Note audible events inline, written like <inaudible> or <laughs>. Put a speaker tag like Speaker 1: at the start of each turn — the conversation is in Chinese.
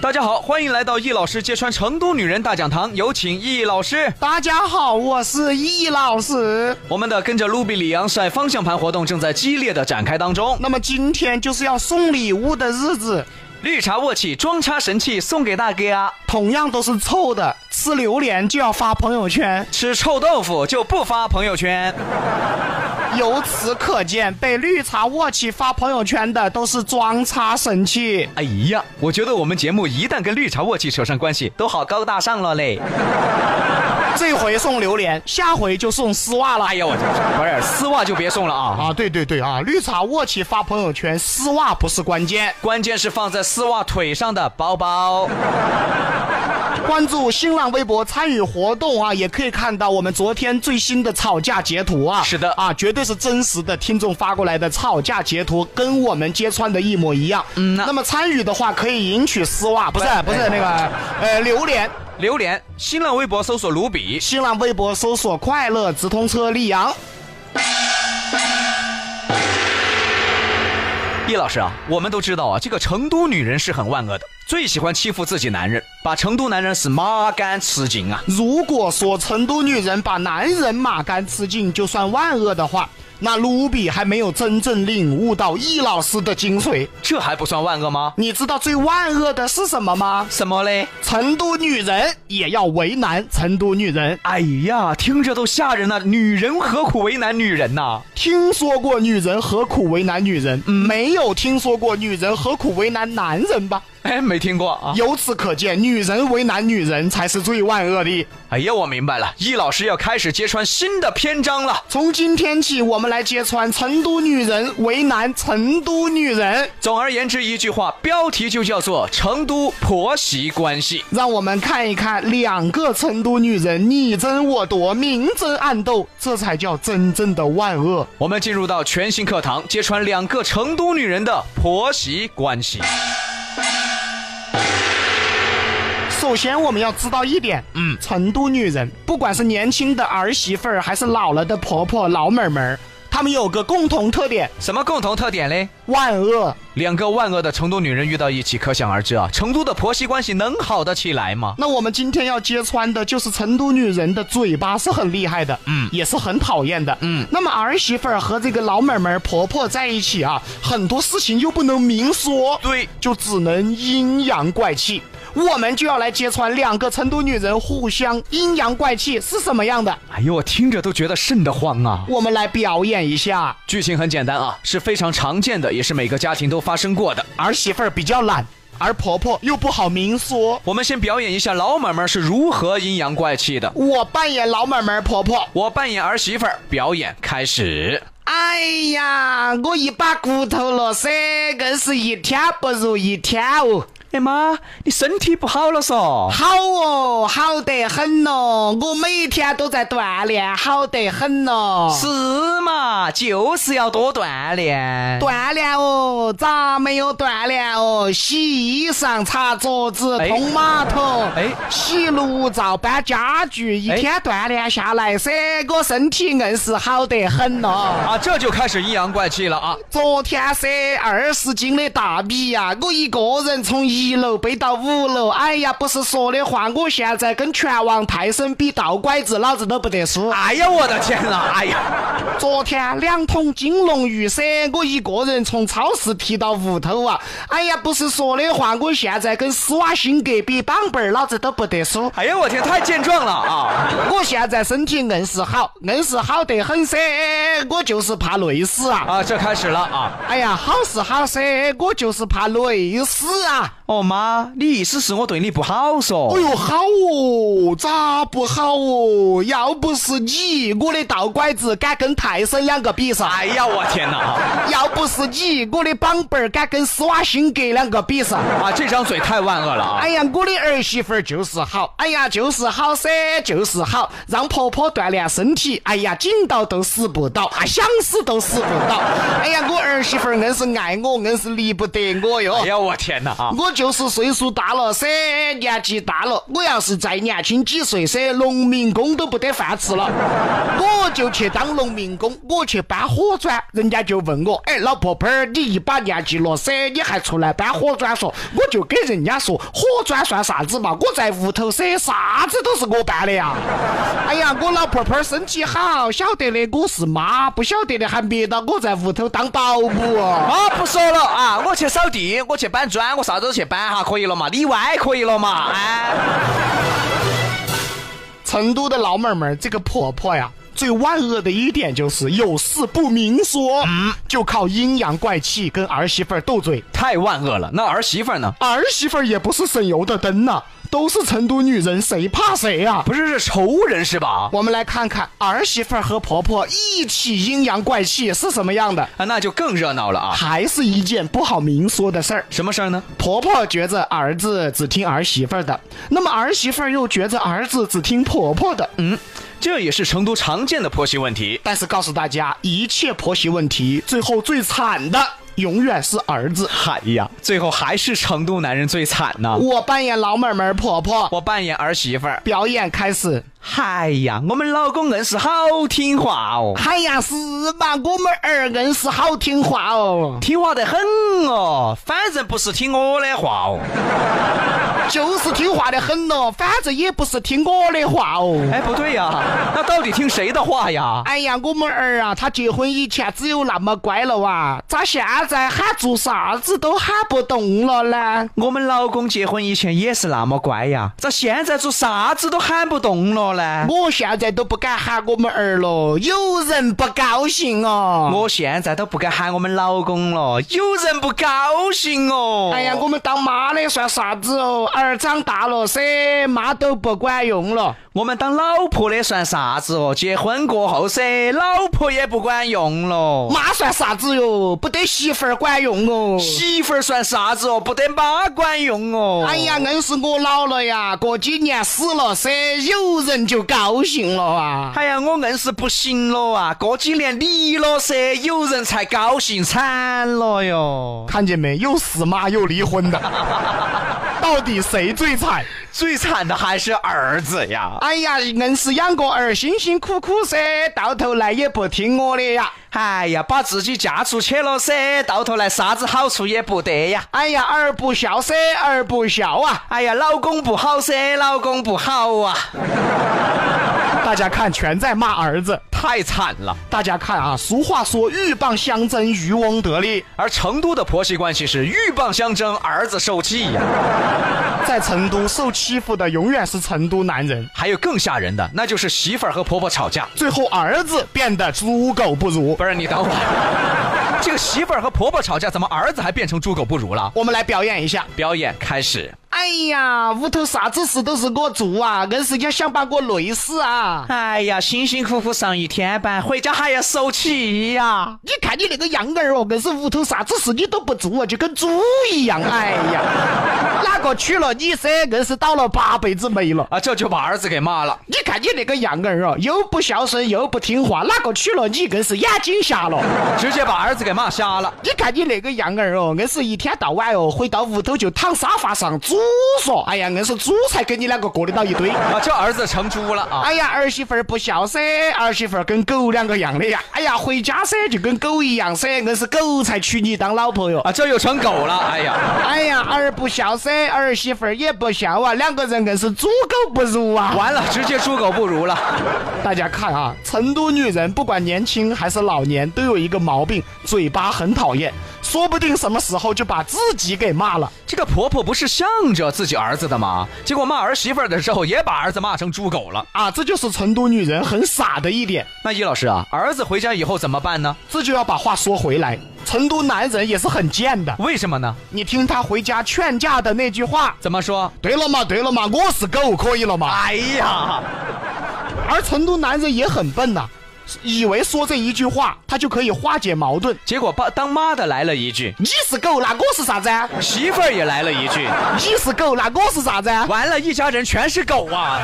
Speaker 1: 大家好，欢迎来到易老师揭穿成都女人大讲堂，有请易老师。
Speaker 2: 大家好，我是易老师。
Speaker 1: 我们的跟着卢比里昂晒方向盘活动正在激烈的展开当中，
Speaker 2: 那么今天就是要送礼物的日子，
Speaker 1: 绿茶沃起装叉神器送给大啊家。
Speaker 2: 同样都是臭的，吃榴莲就要发朋友圈。
Speaker 1: 吃臭豆腐就不发朋友圈，
Speaker 2: 由此可见，被绿茶沃起发朋友圈的都是装叉神器。
Speaker 1: 哎呀，我觉得我们节目一旦跟绿茶沃气扯上关系，都好高大上了嘞。
Speaker 2: 这回送榴莲，下回就送丝袜了
Speaker 1: 哎。呀，我这不是丝袜就别送了啊，
Speaker 2: 啊，对对对啊，绿茶沃起发朋友圈，丝袜不是关键。
Speaker 1: 关键是放在丝袜腿上的包包。
Speaker 2: 关注新浪微博参与活动啊，也可以看到我们昨天最新的吵架截图啊。
Speaker 1: 是的
Speaker 2: 啊，绝对是真实的听众发过来的吵架截图，跟我们揭穿的一模一样。嗯
Speaker 1: 呐
Speaker 2: 那么参与的话可以赢取丝袜，不是
Speaker 1: 哎
Speaker 2: 不是那个呃榴莲。
Speaker 1: 榴莲，新浪微博搜索卢比，
Speaker 2: 新浪微博搜索“快乐直通车溧阳
Speaker 1: 叶老师啊，我们都知道啊，这个成都女人是很万恶的，最喜欢欺负自己男人，把成都男人是麻杆吃尽啊”。。
Speaker 2: 如果说成都女人把男人马杆吃尽就算万恶的话，那卢比还没有真正领悟到易老师的精髓。
Speaker 1: 这还不算万恶吗？
Speaker 2: 你知道最万恶的是什么吗？
Speaker 1: 什么嘞？
Speaker 2: 成都女人也要为难成都女人。
Speaker 1: 哎呀，听着都吓人呐、女人何苦为难女人呐、
Speaker 2: 听说过女人何苦为难女人？没有听说过女人何苦为难男人吧？
Speaker 1: 哎，没听过啊。
Speaker 2: 由此可见，女人为难女人才是最万恶的。
Speaker 1: 哎呀，我明白了，易老师要开始揭穿新的篇章了。
Speaker 2: 从今天起，我们来揭穿成都女人为难成都女人。
Speaker 1: 总而言之，一句话，标题就叫做《成都婆媳关系》。
Speaker 2: 让我们看一看两个成都女人你争我夺、明争暗斗，这才叫真正的万恶。
Speaker 1: 我们进入到全新课堂，揭穿两个成都女人的婆媳关系。
Speaker 2: 首先，我们要知道一点，嗯，成都女人，不管是年轻的儿媳妇儿，还是老了的婆婆、老妹儿们儿，她们有个共同特点：
Speaker 1: 什么共同特点嘞？
Speaker 2: 万恶。
Speaker 1: 两个万恶的成都女人遇到一起，可想而知啊，成都的婆媳关系能好得起来吗？
Speaker 2: 那我们今天要揭穿的就是成都女人的嘴巴是很厉害的，嗯，也是很讨厌的，嗯。那么儿媳妇儿和这个老妹儿们儿、婆婆在一起啊，很多事情又不能明说，
Speaker 1: 对
Speaker 2: 就只能阴阳怪气。我们就要来揭穿两个成都女人互相阴阳怪气是什么样的，
Speaker 1: 哎呦，我听着都觉得瘆得慌啊！
Speaker 2: 我们来表演一下。
Speaker 1: 剧情很简单啊，是非常常见的，也是每个家庭都发生过的。
Speaker 2: 儿媳妇儿比较懒，而婆婆又不好明说。
Speaker 1: 我们先表演一下老买卖是如何阴阳怪气的。
Speaker 2: 我扮演老妹妹婆婆，
Speaker 1: 我扮演儿媳妇儿，表演开始。
Speaker 2: 哎呀，我一把骨头了噻，硬是一天不如一天哦。
Speaker 1: 哎妈，你身体不好了嗦？
Speaker 2: 好哦，好得很哦，我每天都在锻炼，好得很哦。
Speaker 1: 是嘛，就是要多锻炼。
Speaker 2: 锻炼哦，咋没有锻炼哦？洗衣裳、擦桌子、
Speaker 1: 哎
Speaker 2: 通马桶、
Speaker 1: 哎
Speaker 2: 洗炉灶、搬家具，一
Speaker 1: 哎
Speaker 2: 天锻炼下来噻，我身体硬是好得很哦。
Speaker 1: <laughs> 啊，这就开始阴阳怪气了啊！
Speaker 2: 昨天噻，二十斤的大米呀、我一个人从一楼背到五楼。哎呀，不是说的话，我现在跟拳王泰森比倒拐子，老子都不得输。
Speaker 1: 哎呀，我的天哪！哎呀，
Speaker 2: 昨天两桶金龙鱼噻，我一个人从超市提到屋头啊！哎呀，不是说的话，我现在跟施瓦辛格比绑本儿，老子都不得输。
Speaker 1: 哎呀，我天，太健壮了啊！
Speaker 2: 我现在身体硬是好，硬是好得很噻，我就是怕累死啊！
Speaker 1: 啊，这开始了啊！
Speaker 2: 哎呀，好是好噻，我就是怕累死啊！
Speaker 1: 哦妈，你意思是我对你不好嗦？
Speaker 2: 哎呦，好哦，咋不好哦？要不是你，我的倒拐子敢跟泰森两个比上；
Speaker 1: 哎呀，我天哪！啊
Speaker 2: <laughs> 要不是你，我的绑本儿敢跟施瓦辛格两个比上。
Speaker 1: 啊，这张嘴太万恶了啊！
Speaker 2: 哎呀，我的儿媳妇儿就是好，哎呀，就是好噻，就是好，让婆婆锻炼身体。哎呀，紧到都死不倒，啊，想死都死不倒。哎呀，我儿媳妇儿硬是爱我，硬是离不得我哟。
Speaker 1: 哎呀，我天哪！啊，
Speaker 2: 我就是岁数大了噻，年纪大了。我要是再年轻几岁噻，农民工都不得饭吃了。我就去当农民工，我去搬火砖。人家就问我，哎，老婆婆儿，你一把年纪了噻，你还出来搬火砖说？我就给人家说，火砖算啥子嘛？我在屋头噻，啥子都是我搬的呀。 <laughs> 哎呀，我老婆婆儿身体好，晓得的我是妈，不晓得的还灭到我在屋头当保姆。
Speaker 1: 啊，不说了啊，我去扫地，我去搬砖，我啥子都去搬哈，可以了嘛？里外可以了嘛？哎，
Speaker 2: 成都的老妹儿们儿，这个婆婆呀，最万恶的一点就是有事不明说，就靠阴阳怪气跟儿媳妇儿斗嘴。
Speaker 1: 太万恶了。那儿媳妇儿呢？
Speaker 2: 儿媳妇儿也不是省油的灯呐、都是成都女人，谁怕谁呀、
Speaker 1: 不是是仇人是吧？
Speaker 2: 我们来看看儿媳妇儿和婆婆一起阴阳怪气是什么样的，
Speaker 1: 啊，那就更热闹了啊。
Speaker 2: 还是一件不好明说的事儿。
Speaker 1: 什么事儿呢？
Speaker 2: 婆婆觉着儿子只听儿媳妇儿的，那么儿媳妇儿又觉着儿子只听婆婆的。
Speaker 1: 嗯，这也是成都常见的婆媳问题。
Speaker 2: 但是告诉大家，一切婆媳问题最后最惨的永远是儿子。
Speaker 1: 哎呀，最后还是成都男人最惨呐、
Speaker 2: 我扮演老妹妹儿婆婆，
Speaker 1: 我扮演儿媳妇儿。
Speaker 2: 表演开始。
Speaker 1: 哎呀，我们老公硬是好听话哦，
Speaker 2: 哎呀，是嘛？我们儿硬是好听话哦，
Speaker 1: 听话得很哦，反正不是听我的话哦。
Speaker 2: 就是听话的很咯，反正也不是听我的话哦。
Speaker 1: 哎，不对呀，那到底听谁的话呀？
Speaker 2: 哎呀，我们儿啊，他结婚以前只有那么乖了哇，咋现在喊做啥子都喊不动了呢？
Speaker 1: 我们老公结婚以前也是那么乖呀，咋现在做啥子都喊不动了呢？
Speaker 2: 我现在都不敢喊我们儿了，有人不高兴哦。
Speaker 1: 我现在都不敢喊我们老公了，有人不高兴哦。
Speaker 2: 哎呀，我们当妈的算啥子哦？儿长大了噻，妈都不管用了。
Speaker 1: 我们当老婆的算啥子哦？结婚过后噻，老婆也不管用了。
Speaker 2: 妈算啥子哟？不得媳妇儿管用哦。
Speaker 1: 媳妇儿算啥子哦？不得妈管用哦。
Speaker 2: 哎呀，，硬是我老了呀，过几年死了噻，有人就高兴了啊。
Speaker 1: 哎呀，我硬是不行了啊！过几年离了噻，有人才高兴惨了哟。
Speaker 2: 看见没？又死妈又离婚 <laughs> 的，到底谁最惨？
Speaker 1: 最惨的还是儿子呀！
Speaker 2: 哎呀，硬是养个儿，辛辛苦苦噻，到头来也不听我的呀。
Speaker 1: 哎呀，把自己嫁出去了噻，到头来啥子好处也不得呀。
Speaker 2: 哎呀，儿不孝噻，儿不孝啊。
Speaker 1: 哎呀，老公不好噻，老公不好啊，
Speaker 2: 大家看，全在骂儿子。
Speaker 1: 太惨了。
Speaker 2: 大家看啊，俗话说“鹬蚌相争，渔翁得利
Speaker 1: 而成都的婆媳关系是鹬蚌相争，儿子受气呀、”。
Speaker 2: 在成都受欺负的永远是成都男人，
Speaker 1: 还有更吓人的，那就是媳妇儿和婆婆吵架。
Speaker 2: 最后儿子变得猪狗不如。
Speaker 1: 不是你等会 <laughs> 儿，这个媳妇儿和婆婆吵架，怎么儿子还变成猪狗不如了？
Speaker 2: 我们来表演一下。
Speaker 1: 表演开始。
Speaker 2: 哎呀，屋头啥子事都是我做啊，硬是要想把我累死啊！
Speaker 1: 哎呀，辛辛苦苦上一天班，回家还要受气呀、
Speaker 2: 你看你那个样儿哦，硬是屋头啥子事你都不做啊，就跟猪一样。哎呀，哪个娶了你噻，硬是倒了八辈子霉了。
Speaker 1: 啊，这就把儿子给骂了。
Speaker 2: 你看你那个样儿哦，又不孝顺又不听话，哪个娶了你更是眼睛瞎了。
Speaker 1: 直接把儿子给骂瞎了。
Speaker 2: 你看你那个样儿哦，硬是一天到晚哦，回到屋头就躺沙发上煮说，哎呀，硬是煮才跟你两个过得到一堆。
Speaker 1: 啊，这儿子成猪了啊！
Speaker 2: 哎呀，儿媳妇儿不孝噻，儿媳妇儿跟狗两个样的呀。哎呀，回家噻就跟狗一样噻，硬是狗才娶你当老婆哟。
Speaker 1: 啊，这又成狗了。哎呀，
Speaker 2: 哎呀，儿不孝噻，儿媳妇儿也不孝啊，两个人硬是猪狗不如啊。
Speaker 1: 完了，直接猪狗不如了。
Speaker 2: 大家看啊，成都女人不管年轻还是老年，都有一个毛病，嘴巴很讨厌，说不定什么时候就把自己给骂了。
Speaker 1: 这个婆婆不是向着自己儿子的吗？结果骂儿媳妇儿的时候，也把儿子骂成猪狗了。
Speaker 2: 啊，这就是成都女人很傻的一点。
Speaker 1: 那易老师啊，儿子回家以后怎么办呢？
Speaker 2: 这就要把话说回来，成都男人也是很贱的。
Speaker 1: 为什么呢？
Speaker 2: 你听他回家劝架的那句话：“
Speaker 1: 怎么说？
Speaker 2: 对了嘛，对了嘛，我是狗，可以了嘛。
Speaker 1: 哎呀，”
Speaker 2: 而成都男人也很笨呐、以为说这一句话他就可以化解矛盾。
Speaker 1: 结果爸当妈的来了一句，
Speaker 2: 你是狗，那我是啥子啊？
Speaker 1: 媳妇儿也来了一句，
Speaker 2: 你是狗，那我是啥子啊？
Speaker 1: 完了，一家人全是狗啊！